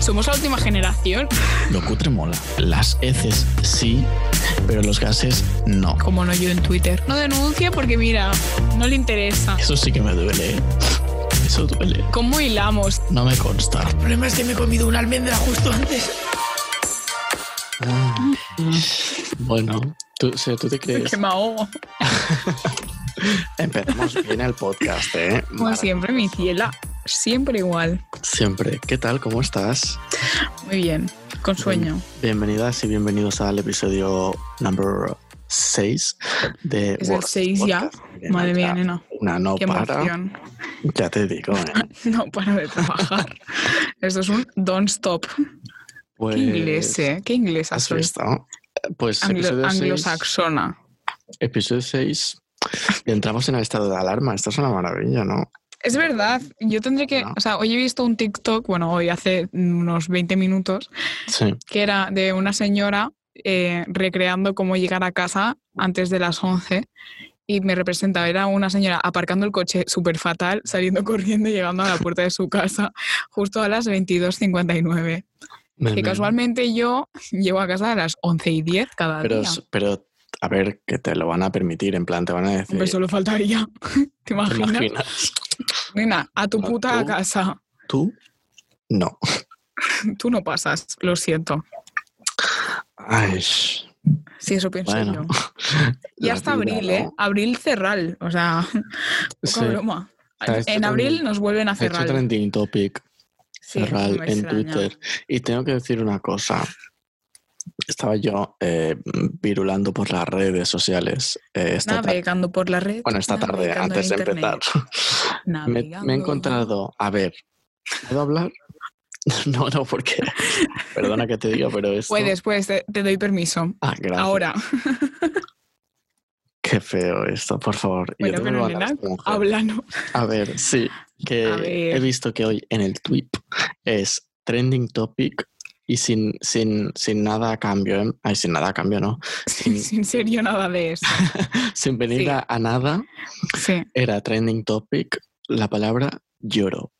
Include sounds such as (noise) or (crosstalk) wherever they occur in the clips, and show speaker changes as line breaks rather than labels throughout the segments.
Somos la última generación.
Lo cutre mola. Las heces sí, pero los gases no.
Como no yo en Twitter. No denuncia porque mira, no le interesa.
Eso sí que me duele. ¿eh? Eso duele.
¿Cómo hilamos?
No me consta.
El problema es que me he comido una almendra justo antes.
Ah, Bueno, tú, o sea, ¿tú te crees.
Que me ahogo.
Empezamos bien el podcast, ¿eh?
Como
Mara-
siempre, mi ciela. Siempre igual.
Siempre. ¿Qué tal? ¿Cómo estás?
Muy bien. Con sueño.
Bienvenidas y bienvenidos al episodio number 6 de
Es el
Words
seis ya.
Podcast. Nena,
Madre mía,
ya
nena.
Una no
Qué
para.
emoción. (laughs)
Ya te digo, ¿eh?
No para de trabajar. Esto es un don't stop.
Pues,
Qué inglés, ¿eh? Qué inglesa
¿Has
soy.
visto? Pues
Anglo-
episodio seis-
anglosaxona.
episodio 6. Entramos en el estado de alarma. Esto es una maravilla, ¿no?
Es verdad, yo tendré que,
¿No?
o sea, hoy he visto un TikTok, bueno, hoy hace unos 20 minutos,
Sí.
que era de una señora eh, recreando cómo llegar a casa antes de las 11 y me representaba, era una señora aparcando el coche súper fatal, saliendo (laughs) corriendo y llegando a la puerta de su casa justo a las 22.59, que
Madre mía.
casualmente yo llego a casa a las 11 y 10 cada
Pero,
día.
s- pero, a ver, que te lo van a permitir. En plan, te van a decir.
Hombre, solo faltaría. (laughs) ¿Te
¿Te
imaginas?
imaginas?
Nena, a tu
No,
puta
tú.
casa.
Tú, no.
Tú no pasas, lo siento.
Ay,
Sí, eso pienso yo.
(laughs) bueno.
Y
La
hasta
vida,
abril, ¿eh?
¿no?
Abril cerral, o sea, poca
Sí.
broma.
sea, esto
En abril
también-
nos vuelven a
He hecho
cerrar.
trending topic
Sí,
Ferral
me
en
extraña.
Twitter. Y tengo que decir una cosa. Estaba yo eh, virulando por las redes sociales eh, esta tarde.
Navegando por la red.
Bueno, esta tarde,
navegando en
antes de
internet,
empezar. (laughs) Me, me
navegando.
he encontrado, a ver, ¿puedo hablar? (laughs) No, no, porque, perdona que te diga, pero es...
Puedes, puedes, Pues te, te doy permiso.
Ah, gracias.
Ahora, (laughs)
Qué feo esto, por favor. Yo
bueno,
tengo
pero
que hablar a
nena,
esta mujer. (laughs)
háblanos.
A ver, sí, que
A ver.
he visto que hoy en el tweet es trending topic y sin, sin, sin nada a cambio, ¿eh? Ay, sin nada a cambio, ¿no? (laughs) Sin,
Sin serio nada de eso.
sin venir
Sí.
a, a nada,
Sí.
era trending topic la palabra lloro.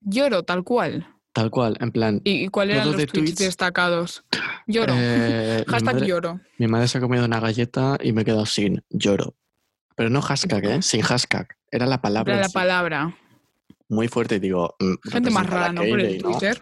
Lloro, tal cual.
Tal cual, en plan...
¿Y, y cuáles
Los
eran
dos
los
de
tweets,
tweets.
destacados? Lloro.
eh,
(laughs)
mi
Hashtag
madre-
lloro.
Mi madre se ha comido una galleta y me he quedado sin lloro. Pero no hashtag, ¿eh? Sin hashtag. Era la palabra
Era
en
la
sí.
palabra.
muy fuerte y digo... mm,
Gente más
representa a
rara, ¿no? Por el
Kayleigh, ¿no?
Twitter.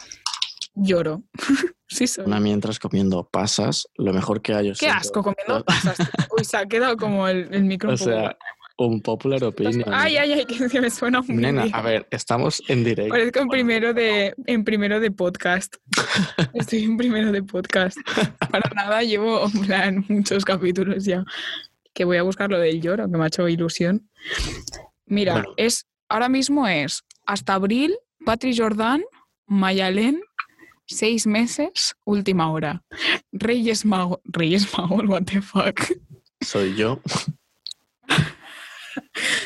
Lloro. (laughs) sí, soy.
Una mientras comiendo pasas, lo mejor que hay... yo
Qué
siento.
asco
Lo-
comiendo pasas. Uy, se ha quedado como el, el micro.
(laughs) O
un poco-
sea, un popular opinion.
Ay, ay, (laughs) ay, que se me suena un
(laughs) Nena,
vídeo.
a ver, estamos en directo.
Parezco en primero de, en primero de podcast.
(laughs)
Estoy en primero de podcast. Para nada llevo (laughs) en plan, muchos capítulos ya. Que voy a buscar lo del lloro, que me ha hecho ilusión. Mira,
Bueno.
es ahora mismo es hasta abril, Patrick Jordan, Mayalén, seis meses, última hora. Reyes Magos, Reyes Magos, what the fuck.
Soy yo.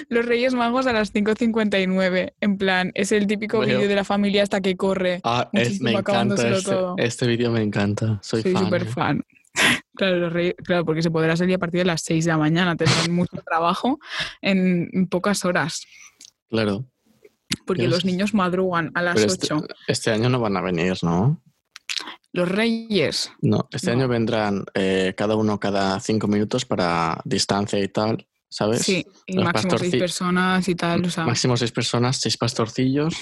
Los Reyes Magos a las 5.59. En plan, es el típico
Bueno.
vídeo de la familia hasta que corre.
Ah, es- me
Muchísimo
encanta
acabándoselo
este,
todo.
este vídeo, me encanta. Soy,
Soy
fan.
súper
eh.
fan. (laughs) Claro, los Reyes- claro, porque se podrá salir a partir de las 6 de la mañana.
(laughs)
Tendrán mucho trabajo en, en pocas horas.
Claro.
Porque
Pero
los
es-
niños madrugan a las
Pero este,
8.
este año no van a venir, ¿no?
Los Reyes.
No, este
No.
año vendrán eh, cada uno cada cinco minutos para distancia y tal, ¿sabes?
Sí, y
Los
máximo seis
pastorci-
personas y tal. O sea,
Máximo seis personas, seis
(laughs)
pastorcillos.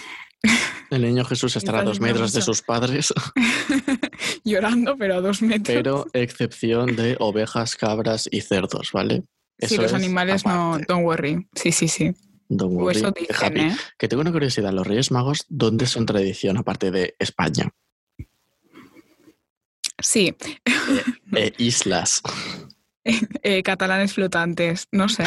El niño Jesús estará a dos
fascina
metros de
mucho.
sus
(laughs)
padres,
(laughs) llorando, pero a dos metros.
pero excepción de ovejas, cabras y cerdos, ¿vale?
sí,
eso
los
es
animales no.
aparte.
Don't worry. Sí, sí, sí.
Don't
O
worry,
eso
be
dicen,
happy.
¿eh?
Que tengo una curiosidad, los Reyes Magos, ¿dónde son tradición aparte de España?
Sí. Mm.
Eh,
(laughs)
islas.
eh, catalanes flotantes. No sé.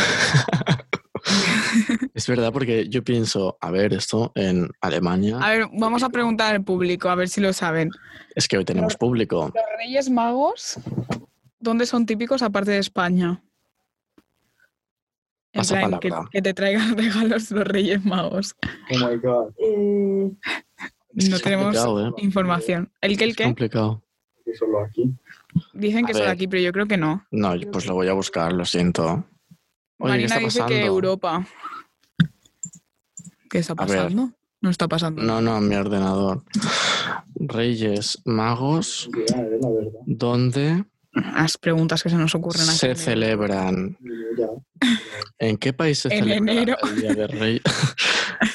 Es verdad, porque yo pienso, a ver, esto en Alemania,
A ver, vamos a preguntar al público, a ver si lo saben.
es que hoy tenemos público.
Los Reyes Magos, ¿dónde son típicos aparte de España? En
Pasa
plan, que,
palabra.
que te traigan (laughs) regalos los Reyes Magos.
Oh Eh,
Es que
No
es
tenemos
complicado, ¿eh?
información. ¿El que el
Es
qué?
complicado.
que solo aquí.
Dicen que
A
son
ver.
aquí, pero yo creo que no.
No, yo- pues lo voy a buscar, lo siento. Oye, ¿qué
Marina
está
dice
pasando?
que Europa. ¿Qué está
A ver.
pasando? No está pasando. (laughs)
No, no, mi ordenador. Reyes Magos,
Ya, eh, la verdad.
¿dónde
Las preguntas que se nos ocurren aquí.
se celebran?
Ya.
¿En qué país se
En
celebra
enero.
el Día
(laughs)
de Reyes?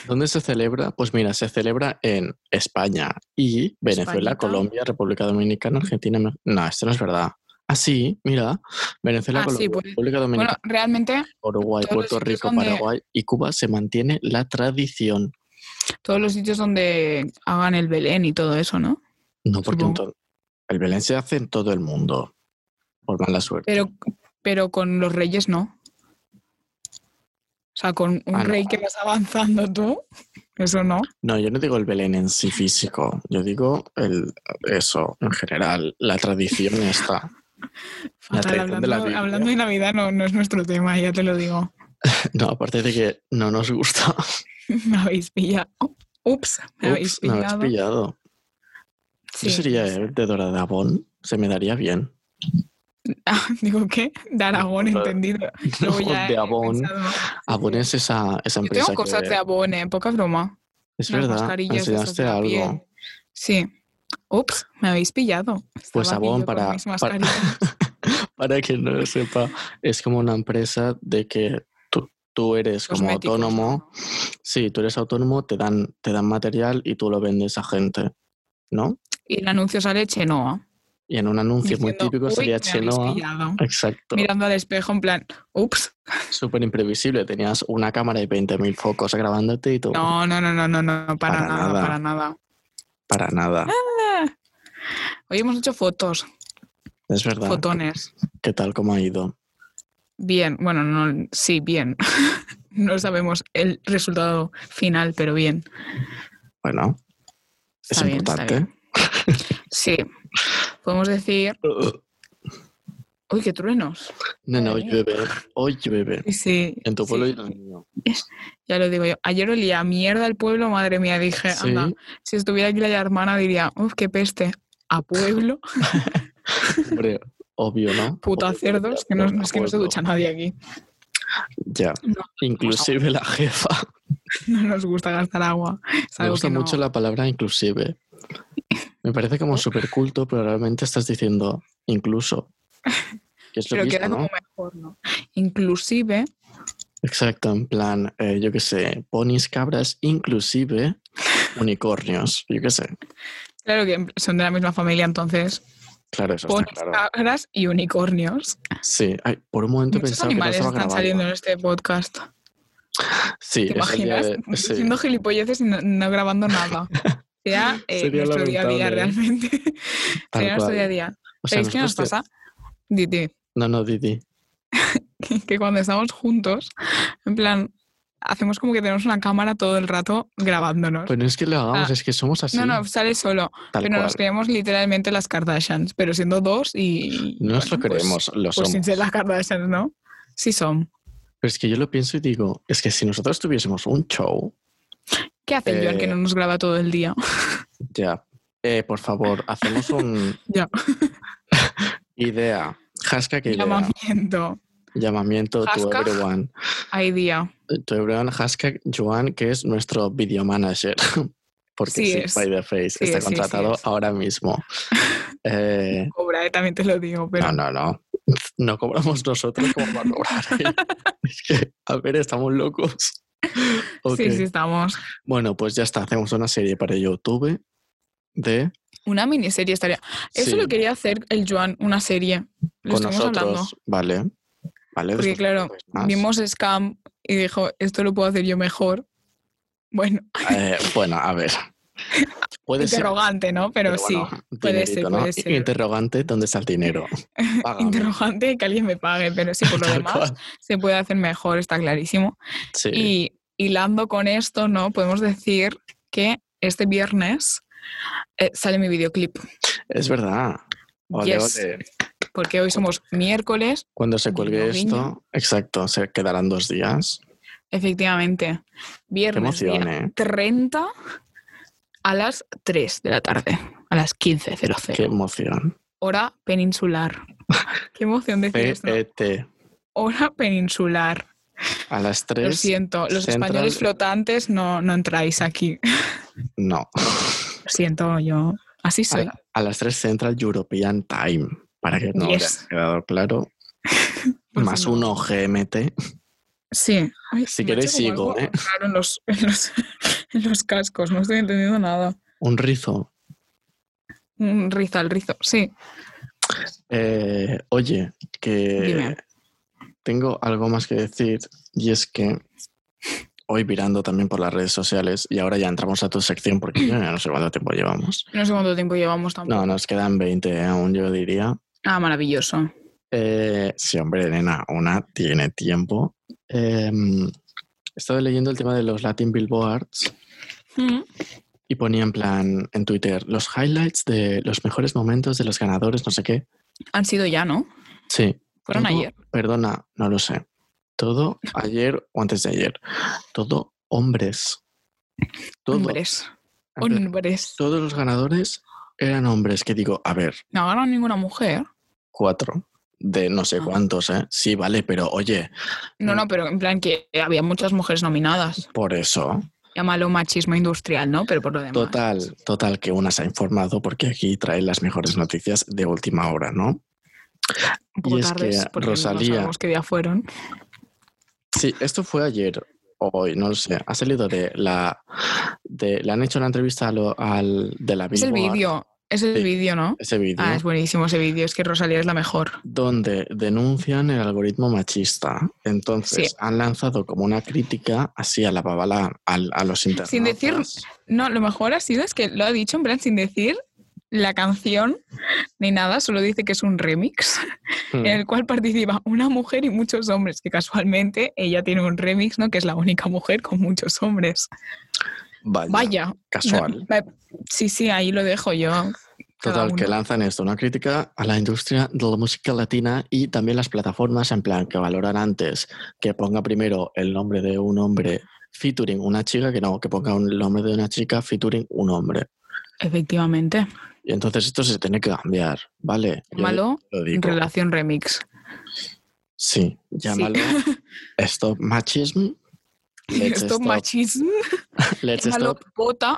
¿Dónde se celebra? Pues mira, se celebra en España y Venezuela,
Españita.
Colombia, República Dominicana, Argentina. Me- No, esto no es verdad. Ah, sí, mira. Venezuela,
Ah, sí,
Colombia,
pues.
República
Bueno,
Dominicana,
realmente
Uruguay,
todos los
Puerto
sitios
Rico,
donde-
Paraguay y Cuba se mantiene la tradición.
todos los sitios donde hagan el Belén y todo eso, ¿no?
No, porque
Supongo.
entonces el Belén se hace en todo el mundo. Por mala suerte.
Pero, pero con los reyes no. O sea, con un
Ah, no.
rey que vas avanzando tú, eso no.
No, yo no digo el Belén en sí físico, yo digo el, eso en general, la tradición
(laughs)
está. La
Fatal,
tradición de la
hablando,
Biblia.
hablando de Navidad no, no es nuestro tema, ya te lo digo. (laughs)
No, aparte de que no nos gusta.
Me habéis pillado. Ups, me habéis
Ups, me
pillado.
habéis pillado.
Sí.
Yo
(laughs)
sería eh, de Doradabón, se me daría bien.
Ah, digo, ¿qué? De Aragón,
No,
entendido.
(laughs) No,
Luego ya
de
he
Avon.
pensado.
Avon es esa, esa
Yo
empresa.
tengo cosas
que-
de Avon, eh, poca broma.
Es
Unas
verdad,
mascarillas de esas
enseñaste
de la piel.
algo.
Sí. Ups, me habéis pillado.
Pues
Estaba aquí
Avon
yo con
para-
mis
para-
mascarillas.
Para quien no lo sepa, es como una empresa de que tú, tú eres (laughs) como
Cosméticos,
autónomo.
¿no?
Sí, tú eres autónomo, te dan, te dan material y tú lo vendes a gente, ¿no?
Y el anuncio sale Chenoa.
Y en un anuncio muy
diciendo,
típico
"Uy, me
sería
habéis
Chenoa.
pillado".
Exacto.
Mirando al espejo en plan, ups.
Súper imprevisible. Tenías una cámara y 20.000 focos grabándote y tú.
No, no, no, no, no, no, para,
Para
nada,
nada.
para nada.
Para nada.
Ah, Hoy hemos hecho fotos,
Es verdad.
fotones.
¿Qué tal? ¿Cómo ha ido?
Bien, bueno, no, sí, bien. (laughs) no sabemos el resultado final, pero bien.
Bueno, es
Está bien, está
importante.
bien. Sí. Podemos decir, uy, qué truenos.
No, no,
Madre mía.
llueve. Hoy llueve.
Sí, Sí.
En tu
sí,
pueblo y en el mío.
Ya lo digo yo. Ayer olía a mierda el pueblo, madre mía, dije,
Sí.
Eh, anda, si estuviera aquí la hermana diría, uff, qué peste. A pueblo,
Hombre, obvio, ¿no?
puto a
Obvio,
cerdos, que no,
obvio,
es que no se
obvio.
ducha nadie aquí. (laughs)
Ya.
No.
Inclusive la jefa.
No nos gusta gastar agua. (laughs) Es
Me
algo
gusta
que no-
mucho la palabra inclusive. Me parece como súper culto, pero realmente estás diciendo incluso. Que es lo
Pero
mismo,
queda
¿no?
como mejor, ¿no? Inclusive,
Exacto, en plan, eh, yo qué sé, ponis, cabras, inclusive unicornios, yo qué sé.
claro que son de la misma familia, entonces,
Claro, eso
ponis,
está claro.
cabras y unicornios.
Sí, ay, por un momento
Muchos
pensaba que no
animales
estaba
están
grabando.
saliendo en este podcast.
Sí,
¿Te
es el día
imaginas?
de- sí.
Diciendo gilipolleces y no, no grabando
(laughs)
nada. Sea eh,
Sería
nuestro día a día,
lamentable, ¿eh?
realmente. (laughs)
Tal
Sería nuestro
cual.
día a día.
O sea,
¿Sabéis qué nos
nosotros
pasa? Didi,
te- No, no, Didi.
(laughs) que cuando estamos juntos, en plan, hacemos como que tenemos una cámara todo el rato grabándonos.
Pues no es que lo hagamos,
Ah.
es que somos así.
No, no, sale solo.
tal
pero
cual.
nos creemos literalmente las Kardashians, pero siendo dos y.
No nos lo
bueno, pues-
creemos, lo
Pues
somos.
sin ser las Kardashians, ¿no? Sí son.
Pero es que yo lo pienso y digo, es que si nosotros tuviésemos un show,
¿Qué hace el Joan que
Eh,
no nos graba todo el día?
ya, eh, por favor, hacemos un...
(laughs) Ya.
(laughs) idea, hashtag idea,
Llamamiento.
llamamiento to
Hashtag.
everyone.
Hay día.
Tu Ebreon hashtag Joan, que es nuestro video manager. (laughs) Porque
Sí
sí,
es.
by the face
Sí
está
es, sí, sí
contratado
es.
ahora
(laughs)
mismo. Eh,
Cobra, eh, también te lo digo, pero.
no, no, no. No cobramos nosotros como va a cobrar.
(laughs)
él? es que, a ver, estamos locos. Ok.
Sí, sí, estamos.
Bueno, pues ya está. Hacemos una serie para YouTube de
Una miniserie estaría. Eso
Sí.
lo quería hacer el Joan, una serie. Lo
con
estuvimos
nosotros.
hablando.
Vale. Vale,
Porque,
después
claro,
pues más.
Vimos Scam y dijo, esto lo puedo hacer yo mejor. Bueno,
Eh, bueno,
(laughs)
a ver. Puede ser.
interrogante, ¿no? Pero, sí.
bueno,
puede ser,
dinerito, ¿no?
puede ser.
Interrogante, ¿dónde está el dinero?
(laughs)
Págame.
Interrogante que alguien me pague, pero sí, por lo
(laughs) Tal
demás
cual.
se puede hacer mejor, está clarísimo.
Sí.
Y hilando con esto, ¿no? Podemos decir que este viernes eh, sale mi videoclip.
Es verdad. Ole,
Yes.
ole.
Porque hoy somos miércoles,
Cuando se cuelgue
Guiño,
esto,
guiño.
exacto, se quedarán dos días.
efectivamente.
Qué
Viernes, día
emoción, ¿eh?
30 a las 3 de la tarde, a las 15.00.
Qué emoción.
Hora peninsular.
(laughs)
Qué emoción decir esto.
PET.
Hora peninsular.
E A las
Lo
tres,
siento, los
Central-
españoles flotantes no, no entráis aquí.
no.
Lo siento, yo Así
A,
soy.
la- a las 3 Central European Time, para que no
Yes.
haya quedado claro.
Por
Más
favor.
uno GMT.
Sí. Ay,
Si
me ha
queréis
hecho como
sigo,
algo
¿eh?
raro en los, en los- (laughs) en los cascos, no estoy entendiendo nada.
Un rizo.
Un rizo al rizo, sí.
Eh, oye, que
Dime.
tengo algo más que decir y es que hoy mirando también por las redes sociales y ahora ya entramos a tu sección porque yo ya no sé cuánto tiempo llevamos.
No sé cuánto tiempo llevamos tampoco.
No, nos quedan 20 aún, yo diría.
Ah, maravilloso.
Eh, sí, hombre, nena, una tiene tiempo. Em, he estado leyendo el tema de los Latin Billboards Mm. y ponía en plan en Twitter los highlights de los mejores momentos de los ganadores, no sé qué.
Han sido ya, ¿no?
Sí,
Fueron
Todo-
ayer.
Perdona, no lo sé. Todo ayer o antes de ayer. Todo hombres. Todo.
Hombres.
En plan,
Hombres.
Todos los ganadores eran hombres. Que digo, a ver,
No ha ganado ninguna mujer.
cuatro de no sé
Ah.
cuántos, ¿eh? Sí, vale, pero oye,
No,
Mm.
no, pero en plan que había muchas mujeres nominadas.
por eso.
Llámalo machismo industrial, ¿no? Pero por lo demás.
Total, total, que una se ha informado porque aquí trae las mejores noticias de última hora, ¿no?
Un poco
y es
tardes,
que
porque
Rosalía-
no sabemos qué día fueron.
Sí, esto fue ayer o hoy, no lo sé. Ha salido de la. De, le han hecho una entrevista a lo- al, de la
Es el
Billboard,
vídeo. Es el
Sí.
vídeo, ¿no?
Ese vídeo.
Ah, es buenísimo ese vídeo. Es que Rosalía es la mejor.
donde denuncian el algoritmo machista. Entonces,
Sí.
han lanzado como una crítica así a la babala al- a, los internautas.
Sin decir- No, lo mejor ha sido es que lo ha dicho en plan sin decir la canción ni nada, solo dice que es un remix
Hmm,
en el cual participa una mujer y muchos hombres, que casualmente ella tiene un remix, ¿no? Que es la única mujer con muchos hombres.
Vaya,
Vaya.
Casual.
Me- Sí, sí, ahí lo dejo yo. (laughs) cada
Total, que
uno.
lanzan esto, una crítica a la industria de la música latina y también las plataformas en plan que valoran antes que ponga primero el nombre de un hombre featuring una chica que no, que ponga un- el nombre de una chica featuring un hombre.
Efectivamente.
Y entonces esto se tiene que cambiar, ¿vale? Yo
Malo,
lo digo.
relación remix.
Sí,
(laughs)
llámalo Stop Machism. Let's
Esto
stop,
machismo.
let's
Llámalo
stop. (laughs)
pota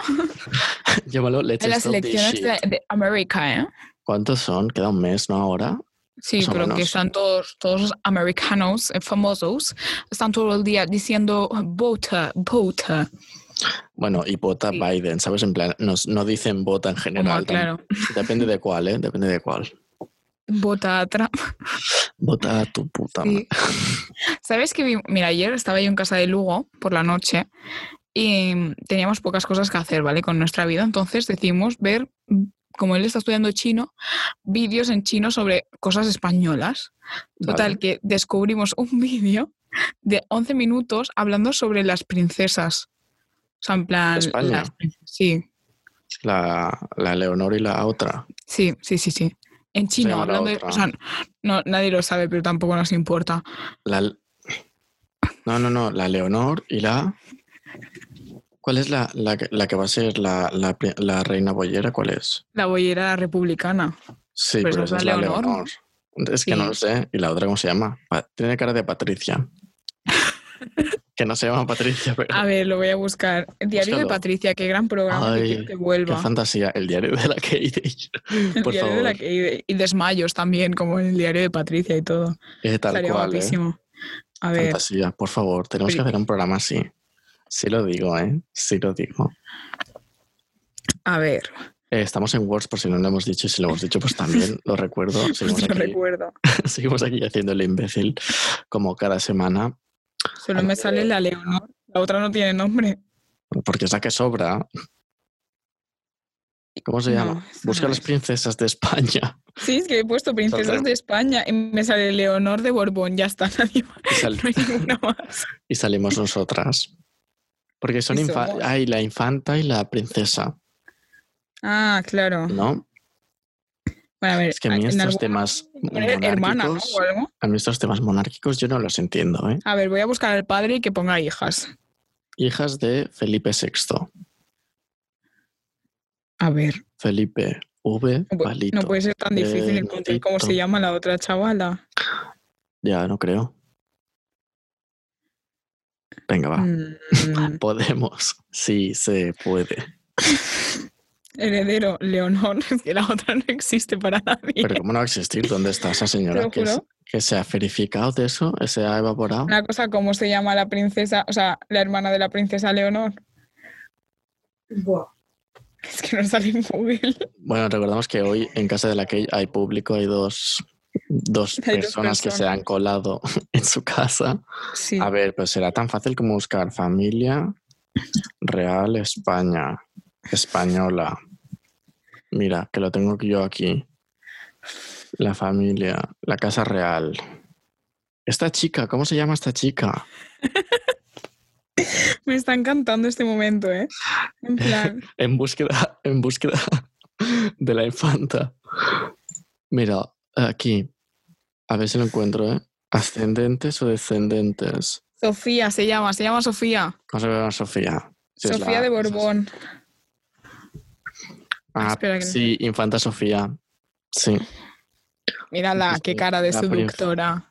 Llámalo Let's
en las
stop this
elecciones
shit.
de, de América, ¿eh?
¿Cuántos son? Queda un mes, ¿no? Ahora.
Sí,
Más o
pero que
menos.
están todos, todos los americanos eh, famosos, están todo el día diciendo vota, vota.
Bueno, y vota
Sí.
Biden, ¿sabes? En plan, nos, no dicen vota en
Como,
general. tam-
claro,
(laughs) Depende de cuál, ¿eh? Depende de cuál.
vota Trump.
Vota a tu puta
Sí.
madre.
¿Sabes que Mira, ayer estaba yo en casa de Lugo por la noche y mm, teníamos pocas cosas que hacer, ¿vale? Con nuestra vida. Entonces decidimos ver, mm, como él está estudiando chino, vídeos en chino sobre cosas españolas. Total,
Vale.
que descubrimos un (laughs) vídeo de 11 minutos hablando sobre las princesas. O sea, en plan...
España.
las princesas- sí,
La, la Leonor y la otra.
sí, sí, sí, sí. En chino,
llama la
hablando de...
otra?
O sea, no, nadie lo sabe, pero tampoco nos importa.
La, no, no, no. La Leonor y la. ¿Cuál es la, la, que- la que va a ser la, la, pri- la reina boyera? ¿Cuál es?
La boyera republicana.
Sí,
Pero
pero
esa
esa
es
es
la
la
Leonor.
Leonor. Es que
Sí.
no lo sé. ¿Y la otra cómo se llama? Pa- Tiene cara de
(laughs)
Patricia. que no se llama Patricia, pero
A ver, lo voy a buscar. El diario
Búscalo.
de Patricia, qué gran programa que
Ay,
quiero que
qué
vuelva.
fantasía. El diario de la Katie.
El (laughs) diario
Por
de
favor.
la que- y desmayos también, como en el diario de Patricia y todo.
Eh, tal
Estaría
cual, ¿eh?
guapísimo. A ver,
Fantasía. Por favor, tenemos que
Pri-
hacer un programa así. Sí lo digo, ¿eh? Sí lo digo.
a ver,
Eh, estamos en Words, por si no lo hemos dicho. y Si lo hemos dicho, pues también
(laughs)
lo recuerdo. Seguimos
no
aquí,
Pues recuerdo.
(laughs) seguimos aquí haciendo el imbécil como cada semana.
Solo
A
me
ver.
sale la Leonor. La otra no tiene nombre.
Porque es la que sobra. ¿Cómo se
No,
llama?
esa
Busca
no
las
es.
princesas de España.
Sí, es que he puesto Princesas
Saldrá.
de España y me sale Leonor de Borbón. Ya está, (laughs) nadie más.
Y, sal-
No hay ninguna más.
(laughs) y salimos nosotras. Porque son
Y
infa
somos.
ay, la infanta y la princesa,
Ah, claro.
¿no?
Bueno, a ver,
Es que a mí
en
estos
algún-
temas
poner hermana, ¿no?
monárquicos,
O algo.
a mí estos temas monárquicos yo no los entiendo, ¿eh?
A ver, voy a buscar al padre y que ponga hijas.
Hijas de Felipe VI.
A ver.
Felipe V.
No, pu-
Palito.
no puede ser tan difícil
Eh,
encontrar cómo se
palito.
llama la otra chavala.
Ya, no creo. Venga, va.
Mm, (laughs)
Podemos. Sí, se puede.
heredero Leonor, (laughs) que la otra no existe para nadie.
Pero ¿cómo no va a existir? ¿Dónde está esa
Te
señora
lo
que,
juro.
es- que se ha verificado de eso? ¿Se ha evaporado?
Una cosa, ¿cómo se llama la princesa? O sea, la hermana de la princesa Leonor.
Buah.
Es que no sale en Google.
Bueno, recordamos que hoy en casa de la que hay público, hay dos, dos
(laughs) Hay dos
personas que se
personas.
han colado (laughs) en su casa.
Sí.
A ver, pues será tan fácil como buscar familia real España, española. Mira, que lo tengo yo aquí. La familia, la casa real. Esta chica, ¿cómo se llama esta chica?
Me está encantando este momento, ¿eh? En
(laughs)
plan,
En búsqueda, en búsqueda de la infanta. Mira, aquí. A ver si lo encuentro, ¿eh? Ascendentes o descendentes.
Sofía se llama, se llama Sofía.
Vamos a ver a Sofía. Si es la-
Sofía de Borbón.
Ah,
Espera que no-
sí, infanta Sofía. Sí.
Mírala, qué cara de
La prince-
seductora.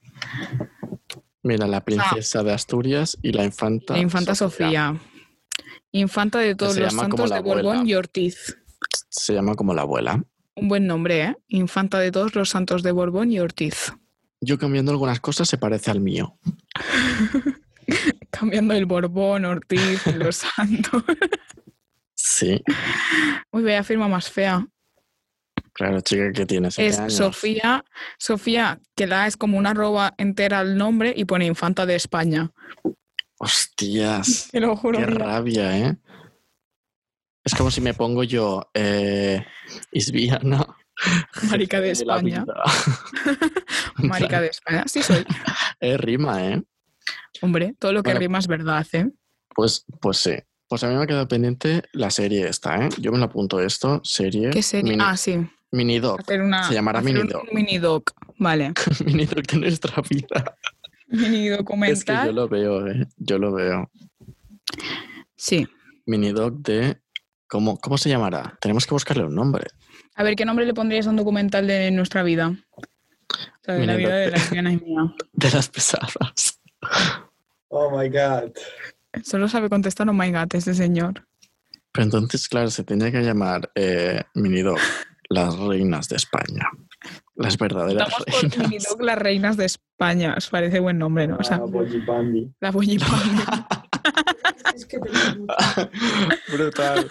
Mira, la princesa de Asturias y la infanta.
Ah. La infanta Sofía. Infanta de todos
se
los
llama como
santos
la
de Borbón
abuela.
y Ortiz.
Se llama como la abuela.
Un buen nombre, ¿eh? Infanta de todos los santos de Borbón y Ortiz.
Yo cambiando algunas cosas se parece al mío.
Cambiando el Borbón, Ortiz,
(laughs)
los santos.
Sí,
Uy, vaya firma más fea.
claro, chica que tiene siete
Es
años.
Sofía, Sofía, que la es como una arroba entera al nombre y pone Infanta de España.
Hostias,
Te lo juro.
qué
mira.
rabia, ¿eh? Es como si me pongo yo eh, Isbiana.
Marica
(laughs)
de
jefe la
España.
vida.
(laughs) Marica de España. Sí soy.
Eh, rima, ¿eh?
Hombre, todo lo que
Bueno.
rima es verdad, ¿eh?
Pues, pues sí. Pues a mí me ha quedado pendiente la serie esta, ¿eh? Yo me lo apunto esto, serie.
¿Qué serie?
Mini,
ah, sí.
Minidoc.
Hacer una,
Se llamará
hacer un-
Minidoc.
un minidoc.
(laughs)
Vale.
Minidoc de nuestra vida.
Mini
Es que yo
documental.
lo veo, ¿eh? Yo lo veo.
Sí.
Minidoc de... ¿Cómo, ¿Cómo se llamará? Tenemos que buscarle un nombre.
A ver, ¿qué nombre le pondrías a un documental de nuestra vida? O sea, de la
Minidoc
vida de
de- (laughs)
la Diana y mía.
De las pesadas.
Oh my god.
Solo sabe contestar, oh my god, este señor.
Pero entonces, claro, se tenía que llamar eh, Minidoc, las reinas de España. Las verdaderas
Estamos por
(laughs) reinas.
Minidoc, las reinas de España. Os parece buen nombre, ¿no? O sea,
Ah, Boji Bambi.
la
(laughs)
bollipán.
Es que tenemos mucho.
(laughs) brutal.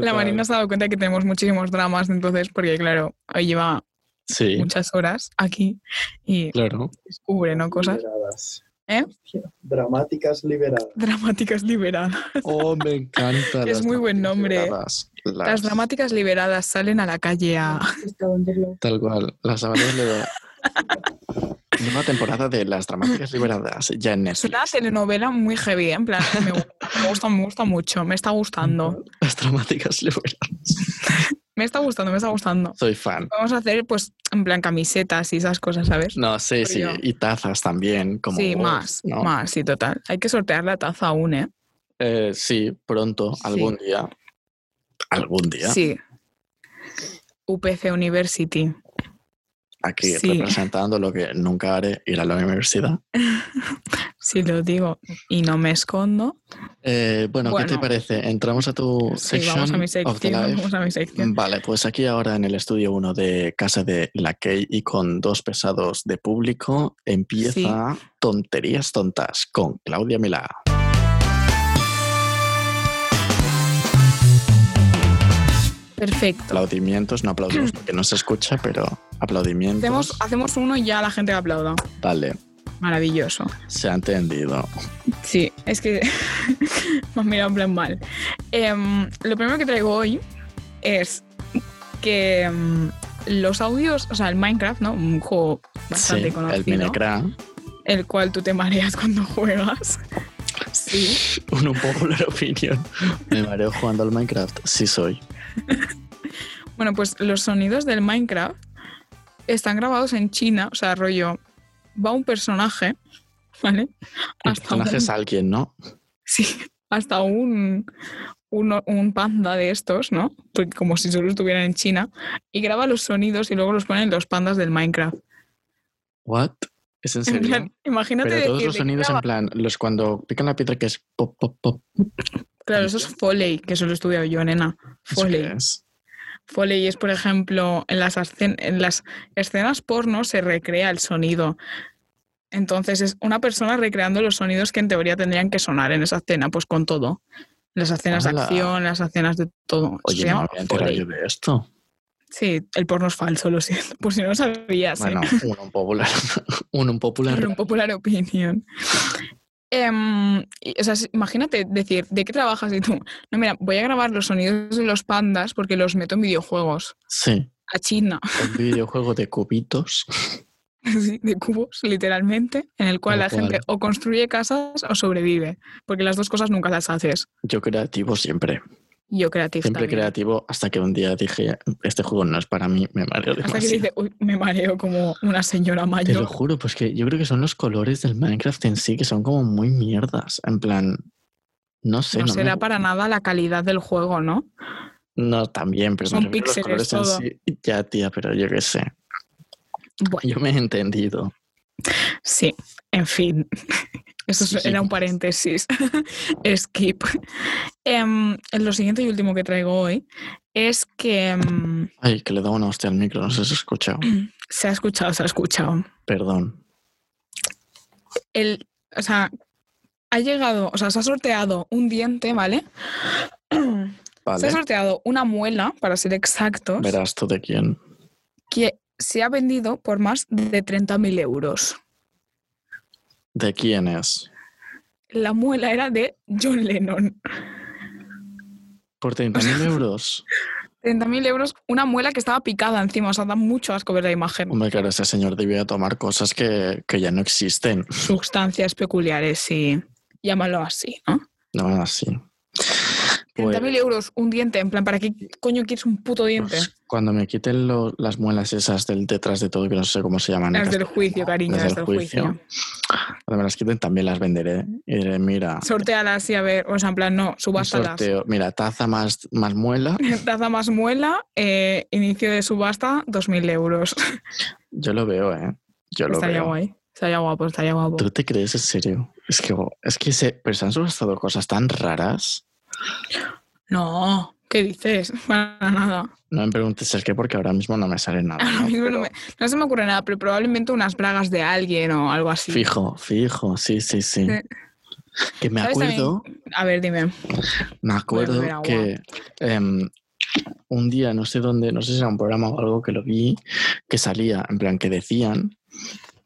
La Marina se ha dado cuenta que tenemos muchísimos dramas, entonces, porque claro, hoy lleva
Sí,
muchas horas aquí y
claro.
descubre, ¿no? Cosas
liberadas.
¿Eh?
Hostia, Dramáticas liberadas.
dramáticas liberadas.
Oh, me encanta.
Es
las
muy buen
dramáticas
nombre.
liberadas.
Las dramáticas liberadas salen a la calle a... (laughs)
Tal cual, las dramáticas liberadas. (laughs) Nueva temporada de las dramáticas liberadas, ya en
Es
Netflix.
una telenovela muy heavy, ¿eh? en plan, me gusta, me gusta, me gusta mucho, me está gustando.
Las dramáticas liberadas.
Me está gustando, me está gustando.
Soy fan.
Vamos a hacer, pues, en plan camisetas y esas cosas, ¿sabes?
No, sí,
Soy
sí.
yo.
Y tazas también, como
sí,
vos,
más,
¿no?
más, sí, total. Hay que sortear la taza aún, ¿eh?
Eh, sí, pronto,
Sí.
algún día. Algún día.
Sí. UPC University.
Aquí
Sí.
representando lo que nunca haré, ir a la universidad.
Si lo digo y no me escondo,
Eh, bueno, ¿qué te
Bueno.
parece? Entramos a tu
Sí,
section
vamos a mi
of the
sección,
life.
vamos a mi sección.
Vale, pues aquí ahora en el estudio 1 de Casa de la Key y con dos pesados de público empieza Tonterías Tontas con Claudia Milá.
Perfecto.
Aplaudimientos, no aplaudimos porque no se escucha, pero aplaudimientos.
Hacemos, hacemos uno y ya la gente aplauda.
Vale,
Maravilloso.
se ha entendido.
Sí, es que (laughs) me has mirado en plan mal. Em, lo primero que traigo hoy es que em, los audios, o sea, el Minecraft, ¿no? Un juego bastante
Sí, el
conocido,
Minecraft,
el cual tú te mareas (laughs) cuando juegas.
sí. (laughs) una popular opinión. Me mareo jugando al Minecraft, sí soy.
Bueno, pues los sonidos del Minecraft están grabados en China, o sea, rollo, va un personaje, ¿vale?
El
Hasta
personaje
un-
es alguien, ¿no?
Sí, hasta un, un, un panda de estos, ¿no? Porque como si solo estuvieran en China, y graba los sonidos y luego los ponen los pandas del Minecraft.
¿What? ¿Es en
En
serio?
plan, imagínate
Pero todos
decirle,
los sonidos en
graba-
plan, los cuando pican la piedra que es pop, pop, pop,
Claro, eso es Foley, que eso lo he estudiado yo, nena.
¿Eso qué
Foley.
es?
Foley es, por ejemplo, en las, escen- en las escenas porno se recrea el sonido. Entonces es una persona recreando los sonidos que en teoría tendrían que sonar en esa escena, pues con todo. Las escenas de
¡Hala!
acción, las escenas de todo. Eso se
Oye, no
llama
me había enterado
Foley.
yo de esto.
Sí, el porno es falso, lo siento. Por si no lo sabías. ¿eh?
Bueno, un un popular. (laughs) un un
Era
popular.
un popular opinión. Em, y, o sea, si- imagínate decir, ¿de qué trabajas? Y tú, no, mira, voy a grabar los sonidos de los pandas porque los meto en videojuegos.
Sí,
A China, (laughs)
un videojuego de cubitos.
sí, de cubos, literalmente, en el cual
Tal
la gente
cual.
o construye casas o sobrevive. Porque las dos cosas nunca las haces.
Yo creativo siempre.
Yo creativo
Siempre
también.
creativo hasta que un día dije, este juego no es para mí, me mareo
Hasta que
demasiado.
dice, uy, me mareo como una señora
Te lo
mayor.
juro, pues que yo creo que son los colores del Minecraft en sí que son como muy mierdas. En plan, no sé.
No
me
será
gu-
para nada la calidad del juego, ¿no?
No, también, pero me
Son
refiero a los
píxeles,
colores en sí. Ya, tía, pero yo qué sé.
Bueno.
Yo me he entendido.
Sí, en fin. (laughs) Eso es- era un
Skip.
paréntesis. (laughs) Skip. Em, lo siguiente y último que traigo hoy es que em,
Ay, que le da una hostia al micro, no sé si se ha
(clears throat)
escuchado.
se ha escuchado, se ha escuchado.
Perdón.
El, o sea, ha llegado, o sea, se ha sorteado un diente, ¿vale? (clears throat) Se
Vale.
ha sorteado una muela, para ser exactos,
Verás tú de quién.
que se ha vendido por más de 30.000 euros.
¿De quién es?
La muela era de John Lennon. (laughs)
Por 30.000 euros.
30.000 euros, una muela que estaba picada encima, o sea, da mucho asco ver la imagen.
Hombre, claro, ese señor debía tomar cosas que, que ya no existen.
sustancias peculiares y llámalo así, ¿no?
No, así. Pues-
30.000 euros un diente, en plan, ¿para qué coño quieres un puto diente?
Pues, cuando me quiten lo- las muelas esas del detrás de todo, que no sé cómo se llaman.
Las
estas-
del juicio, cariño,
Las
las
del
del juicio.
Cuando me las quiten también las venderé. Y diré, mira,
Sortealas y a ver, o sea, en plan, no,
un
subástalas.
sorteo. Mira, taza más, más muela.
(laughs) Taza más muela, eh, inicio de subasta, 2.000 euros.
Yo lo veo, ¿eh? Yo lo
estaría
veo.
guay, estaría guapo, estaría guapo.
¿Tú te crees en serio? Es que, es que se, pero se han subastado cosas tan raras.
No, ¿qué dices? (laughs) Para nada.
No me preguntes el qué, porque ahora mismo no me
(laughs)
sale nada.
Ahora
¿no?
mismo no,
Pero
me- no se me ocurre nada, pero probablemente unas bragas de alguien o algo así.
Fijo, fijo, sí, sí, sí.
Sí.
Que me
¿Sabes
acuerdo,
A ver, dime.
me
beber
acuerdo
agua.
que em, un día, no sé dónde, no sé si era un programa o algo que lo vi, que salía, en plan, que decían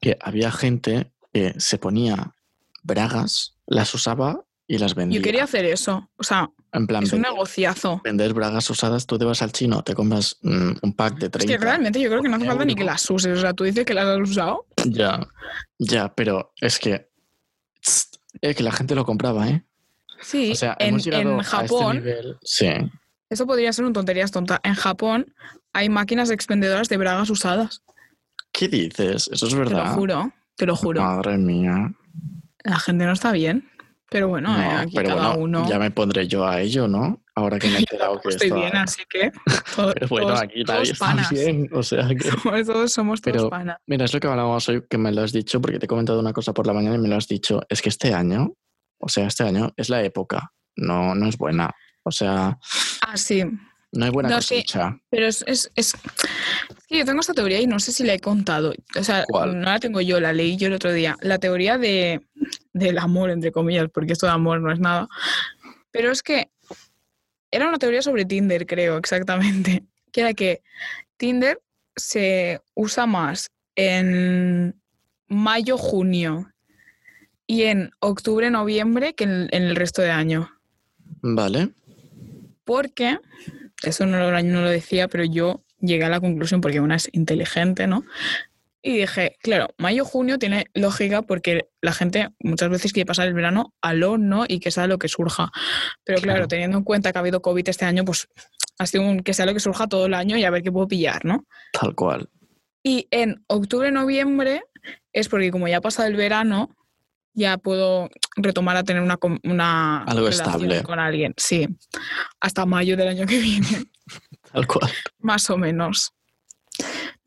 que había gente que se ponía bragas, las usaba y las vendía.
Yo quería hacer eso. O sea,
en plan,
es un
vender-
negociazo.
vender bragas usadas, tú te vas al chino, te compras mm, un pack de 30.
Es que realmente yo creo que no hace falta ni que las uses. O sea, tú dices que las has usado.
Ya, ya, pero es que. tss, eh, que la gente lo compraba, ¿eh?
Sí,
o sea,
en,
hemos llegado
en
a este
Japón,
nivel- Sí,
eso podría ser un tonterías tonta. En Japón hay máquinas expendedoras de bragas usadas.
¿qué dices? Eso es
Te lo
verdad. Ah.
juro, te lo juro.
Madre mía.
La gente no está bien. Pero bueno, eh,
No,
aquí
pero
cada
bueno,
uno.
ya me pondré yo a ello, ¿no?
(laughs)
Ahora que me he enterado que
Estoy
esto-
bien, así que. todo-
(laughs) Pero bueno,
todos,
aquí
todos
nadie está
panas.
bien. (laughs) O sea que.
Somos- (laughs) todos somos todos
Pero-
panas.
Mira, es lo que hablábamos hoy, que me lo has dicho, porque te he comentado una cosa por la mañana y me lo has dicho. Es que este año, o sea, este año es la época. No, no es buena. O sea,
Ah, sí.
no hay buena
No, es que-
cosecha.
Pero es, es, es- es que yo tengo esta teoría y no sé si la he contado. O sea,
¿Cuál?
no la tengo yo, la leí yo el otro día. La teoría de, del amor, entre comillas, porque esto de amor no es nada. Pero es que era una teoría sobre Tinder, creo, exactamente. (laughs) Que era que Tinder se usa más en mayo, junio y en octubre, noviembre que en, en el resto de año.
Vale.
Porque, eso no lo, no lo decía, pero yo llegué a la conclusión porque una es inteligente, ¿no? Y dije, claro, mayo-junio tiene lógica porque la gente muchas veces quiere pasar el verano al horno y que sea lo que surja. Pero claro,
Claro.
teniendo en cuenta que ha habido COVID este año, pues ha sido un que sea lo que surja todo el año y a ver qué puedo pillar, ¿no?
Tal cual.
Y en octubre-noviembre es porque como ya ha pasado el verano, ya puedo retomar a tener una, com- una
Algo estable.
con alguien. Sí, hasta mayo del año que viene, (laughs)
Tal cual.
más o menos.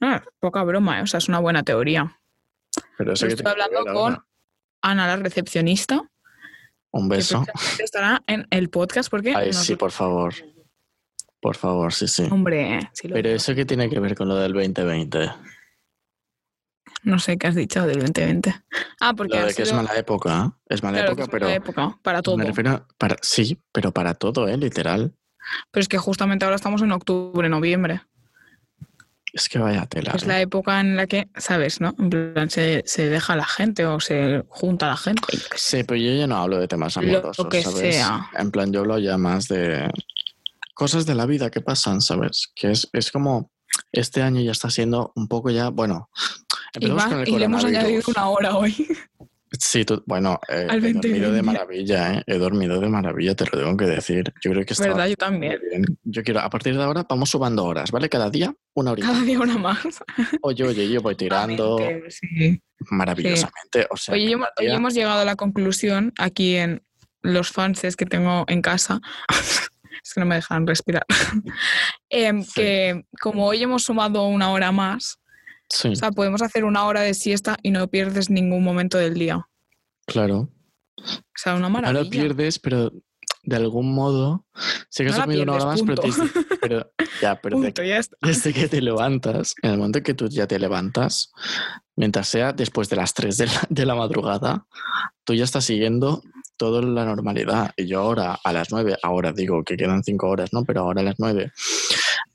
No, poca broma, ¿eh? o sea, es una buena teoría.
Pero eso
Yo
que
estoy
tiene que
hablando
ver
con
ahora.
Ana, la recepcionista,
Un beso.
próximamente Estará en el podcast porque...
Ay,
nos-
Pues sí, pues. por favor. Por favor, sí, sí.
Hombre, eh, sí lo
Pero
digo.
eso que tiene que ver con lo del 2020,
no sé qué has dicho del 2020. Ah, porque
lo
ha
de que es
sido-
mala época, ¿eh? es mala
claro,
época,
que es
pero
mala época para todo.
me refiero para sí, pero para todo, ¿eh? literal.
Pero es que justamente ahora estamos en octubre, noviembre.
Es que vaya tela.
Es
¿eh?
la época en la que, ¿sabes? ¿No? En plan, se, se deja la gente o se junta la gente. yo qué sé.
Sí, pero yo ya no hablo de temas
Lo
amorosos,
que
¿sabes?
sea.
En plan, yo hablo ya más de cosas de la vida que pasan, ¿sabes? Que es, es como este año ya está siendo un poco ya, bueno,
Y,
empezamos
va-
con el
y le hemos
coronavirus.
añadido una hora hoy. (laughs)
Sí, tú- bueno, eh,
Al
he
2020.
dormido de maravilla, ¿eh? He dormido de maravilla, te lo tengo que decir. Yo creo que está
¿Verdad? Yo también.
bien. Yo quiero, a partir de ahora vamos sumando horas, ¿vale? Cada día una horita.
Cada día una
(laughs)
más.
Oye, oye, yo voy tirando
Sí.
maravillosamente. O sea,
Oye, yo-
cada
hoy
día-
hemos llegado a la conclusión aquí en los fanses que tengo en casa. (laughs) es que no me dejan respirar. (laughs) Em,
Sí.
Que como hoy hemos sumado una hora más,
sí,
o sea, podemos hacer una hora de siesta y no pierdes ningún momento del día. O
claro.
sea, una
No
maravilla.
lo pierdes, pero de algún modo sí que has
No la
dormido una hora más,
pierdes,
pero, te- pero- (laughs) ya, pero de-
Punto, ya está.
desde que te levantas, en el momento en que tú ya te levantas, mientras sea después de las 3 de la, de la madrugada, tú ya estás siguiendo toda la normalidad. Y yo ahora a las 9, ahora digo que quedan 5 horas, ¿no? Pero ahora a las 9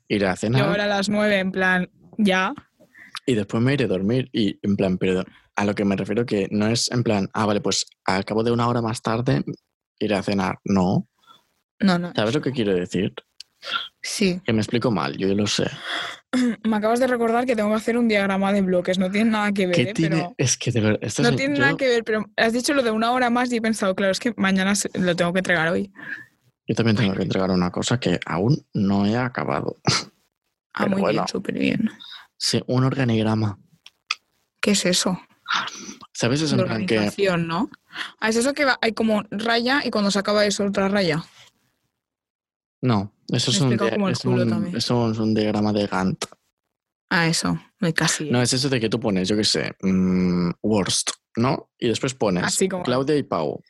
iré a
Yo
cenar
ahora a las nueve, en plan, ya.
y después me iré a dormir. Y en plan, pero a lo que me refiero que no es en plan, ah, vale, pues al cabo de una hora más tarde iré a cenar. No.
No, no.
¿Sabes lo que quiero decir?
Sí.
Que me explico mal, yo ya lo sé.
Mm, Me acabas de recordar que tengo que hacer un diagrama de bloques. No tiene nada que ver,
¿Qué
¿eh?
tiene?
pero.
Es que de verdad, esto
No
es-
tiene
yo-
nada que ver, pero has dicho lo de una hora más y he pensado, claro, es que mañana se- lo tengo que entregar hoy.
Yo también tengo que entregar una cosa que aún no he acabado.
Ah,
Pero
muy
bueno.
bien, súper bien.
Sí, un organigrama.
¿Qué es eso?
¿Sabes? Es
De
en plan que.
organización, ¿no? Ah, es eso que va- hay como raya y cuando se acaba es otra raya.
No, eso
Me
es
he
un,
explicado
dia-
como el
es
culo
un-
también.
eso es un diagrama de Gantt.
Ah, eso. Me casi.
No, es eso de que tú pones, yo qué sé, mm, worst, ¿no? Y después pones
eh. Así como-
Claudia y Pau.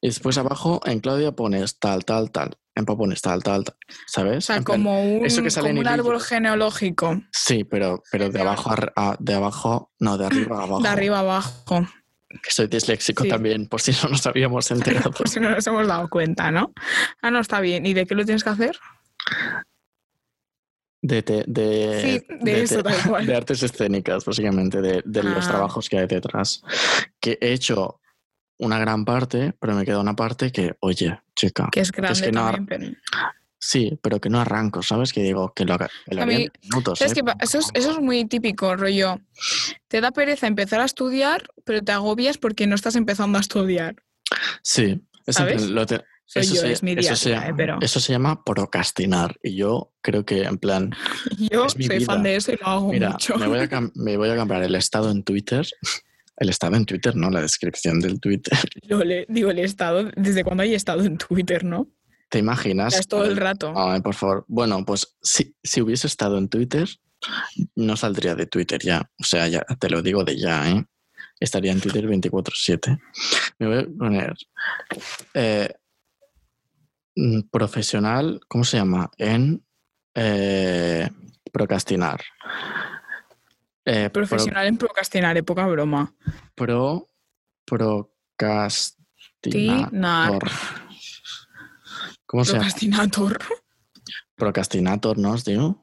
Y después abajo en Claudia pones tal, tal, tal. En Pau pones tal, tal, tal. ¿Sabes?
o sea,
En plan-
como un,
eso que sale
como
en
un árbol
hilillos.
genealógico,
Sí, pero, pero de abajo a r- a- de abajo, no, de arriba a abajo.
(coughs) de arriba abajo,
Que soy disléxico
Sí.
también, por si no nos habíamos
(laughs)
enterado.
por si no nos hemos dado cuenta, ¿no? Ah, no, está bien. ¿Y de qué lo tienes que hacer?
De, te- Eh, de,
Sí, de eso,
te-
tal cual.
de artes escénicas, básicamente, de, de los
Ah.
trabajos que hay detrás. Que he hecho una gran parte, pero me queda una parte que, oye, chica,
Que es grande
que no ar-
también, pero-
sí, pero que no arranco, ¿sabes? Que digo que lo, haga- que lo
A
haría
mí-
en minutos.
¿Sabes
¿eh?
qué pa- Eso es, eso es muy típico, rollo. Te da pereza empezar a estudiar, pero te agobias porque no estás empezando a estudiar.
Sí, es en plan,
¿Sabes?
lo te-
Soy
eso
yo,
se-
es mi día.
eso se
a día, eh,
llama-
pero
eso se llama procrastinar. Y yo creo que, en plan,
(laughs) yo
es mi
soy fan
vida.
de eso y lo hago
Mira,
mucho.
Me voy, a cam- me voy a cambiar el estado en Twitter. (laughs) El estado en Twitter, no, la descripción del
(laughs)
Twitter. (laughs)
Yo le- digo, el estado, desde cuando hay estado en Twitter, ¿no?
¿Te
O
imaginas?
sea, es todo el rato.
Ay, por favor. Bueno, pues si, si hubiese estado en Twitter, no saldría de Twitter ya. O sea, ya te lo digo de ya, ¿eh? Estaría en Twitter 24-7. Me voy a poner eh, mm, profesional, ¿cómo se llama? En eh, procrastinar. Eh, pro-
Profesional en procrastinar, eh, poca broma.
pro procrastinar.
Tinar,
¿Cómo se llama?
procrastinator.
Procrastinator, ¿no? Tío?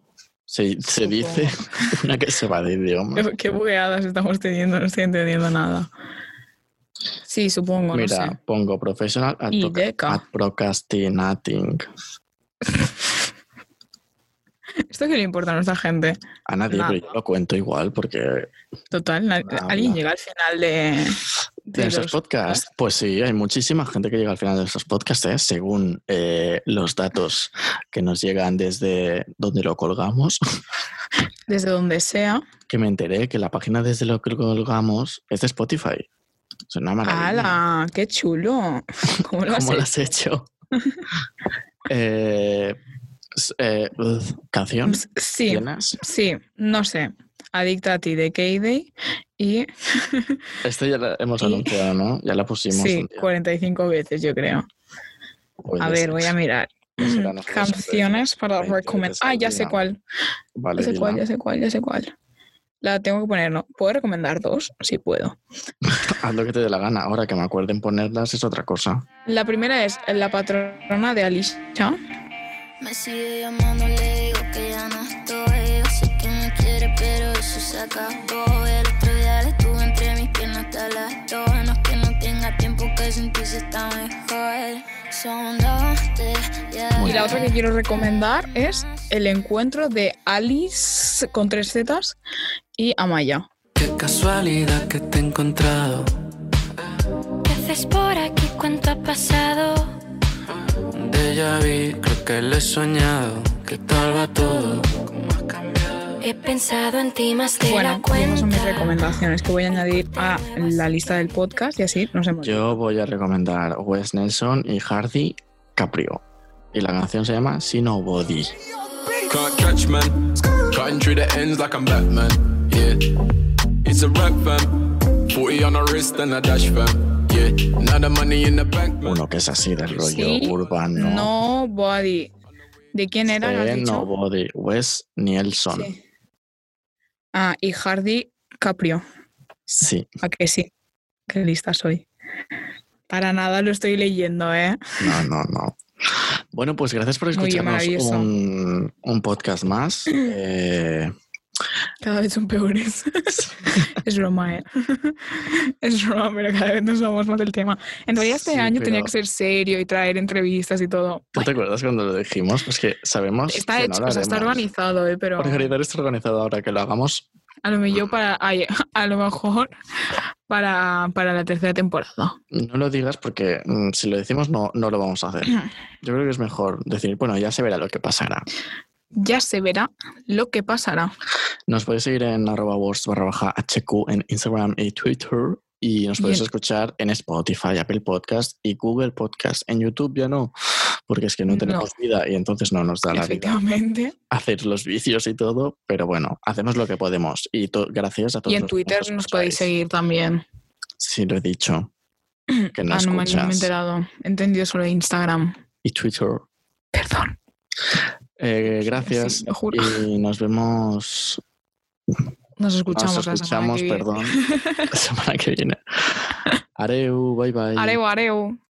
Se, se
Supongo.
dice (laughs) una que se va de idioma.
Qué- Qué bugueadas estamos teniendo, no estoy entendiendo nada. Sí, supongo,
Mira,
no sé.
pongo professional at,
Y
proca-
deca.
at procrastinating.
Esto que le importa a nuestra gente.
A nadie,
Nada.
pero yo lo cuento igual porque
Total, na-
Habla.
alguien llega al final de,
de
los-
estos podcasts, pues sí, hay muchísima gente que llega al final de estos podcasts, ¿eh? según eh, los datos que nos llegan desde donde lo colgamos, (laughs)
desde donde sea.
que me enteré que la página desde lo que colgamos es de Spotify. Es una maravilla.
¡Hala! ¡Qué
(laughs)
chulo! ¿Cómo lo has
¿Cómo
hecho?
lo has (laughs) hecho? eh, s- eh, uf, ¿Canción?
Sí,
¿Tienes?
sí, no sé. Adicta a ti de K-Day y
Esta ya la hemos
Y-
anunciado, ¿no? Ya la pusimos.
sí,
un día. Pues
45 veces yo creo.
Hoy
A
es-
ver, voy a mirar.
no será nosotros, pero
Canciones para
20 veces
recomendar. Ah,
al
ya sé
día.
cuál.
Vale,
Ya sé
dila.
cuál, ya sé cuál, ya sé cuál. La tengo que poner, ¿no? ¿Puedo recomendar dos? Sí puedo.
Haz lo que te dé la gana. Ahora que me acuerden ponerlas es otra cosa.
La primera es La patrona de Alicia.
Me sigue llamando, le digo que ya no estoy. Yo sé que me quiere, pero eso se acabó. El otro día le estuve entre mis piernas hasta las dos. No es que no tenga tiempo, que sentirse está mejor. Son dos, de, yeah.
Y la otra que quiero recomendar es El encuentro de Alice con tres Zetas y Amaya.
Qué casualidad que te he encontrado.
¿Qué haces por aquí? ¿Cuánto ha pasado?
Un déjà vu, creo que lo he soñado. ¿Qué tal va todo? ¿Cómo has cambiado?
He pensado en ti más de
Bueno,
la
pues
cuenta.
esas son mis recomendaciones que voy a añadir a la lista del podcast y así nos hemos.
Yo voy a recomendar Wes Nelson y Hardy Caprio. Y la canción se llama See Nobody.
Can't catch man. Cutting through the ends like I'm Batman. Yeah. It's a rap fam. 40 on the wrist and a dash fam. Yeah. Now the money in the bank man.
Uno que es así del rollo
Sí,
urbano.
No, Body. ¿De quién era? ¿Lo has
See
dicho?
Nobody. Wes Nelson. Sí.
Sí. Ah, y Hardy Caprio. ¿A que sí? Qué lista soy. Para nada lo estoy leyendo, ¿eh?
No, no, no. Bueno, pues gracias por
bien,
escucharnos
maravilloso.
un, un podcast
(laughs)
más. Eh,
Cada vez son
(laughs)
peores. es broma, ¿eh? (laughs) es broma, pero cada vez nos vamos más del tema. En realidad este
Sí,
año tenía
pero-
que ser serio y traer entrevistas y todo.
¿Tú te acuerdas cuando lo dijimos? Pues que sabemos.
Está
que
hecho,
no lo
o sea, está
haremos.
organizado, ¿eh? Pero
Organizar está organizado ahora que lo hagamos.
a lo mejor para, ay, (laughs) a lo mejor para, para la tercera temporada. (clears throat)
No lo digas porque mm, si lo decimos no, no lo vamos a
(clears throat)
hacer. Yo creo que es mejor decir, bueno, ya se verá lo que pasará.
Ya se verá lo que pasará.
Nos podéis seguir en arroba worst barra baja HQ en Instagram y Twitter. Y nos podéis
Bien.
escuchar en Spotify, Apple Podcast y Google Podcast. En YouTube ya no, porque es que no
No.
tenemos vida y entonces no nos da la vida
Efectivamente.
hacer los vicios y todo. Pero bueno, hacemos lo que podemos. Y to- gracias a todos.
Y en
los que
Twitter nos podéis
escucháis.
seguir también.
Sí, lo he dicho. Que no
ah, no me, no me he
escuchas.
enterado. He entendido solo Instagram.
y Twitter.
Perdón.
Eh, gracias.
Sí, lo juro.
Y nos vemos.
Nos escuchamos.
nos
la semana
escuchamos, (laughs)
que viene. (laughs)
perdón. La semana que viene. Areu, bye bye.
Areu, areu.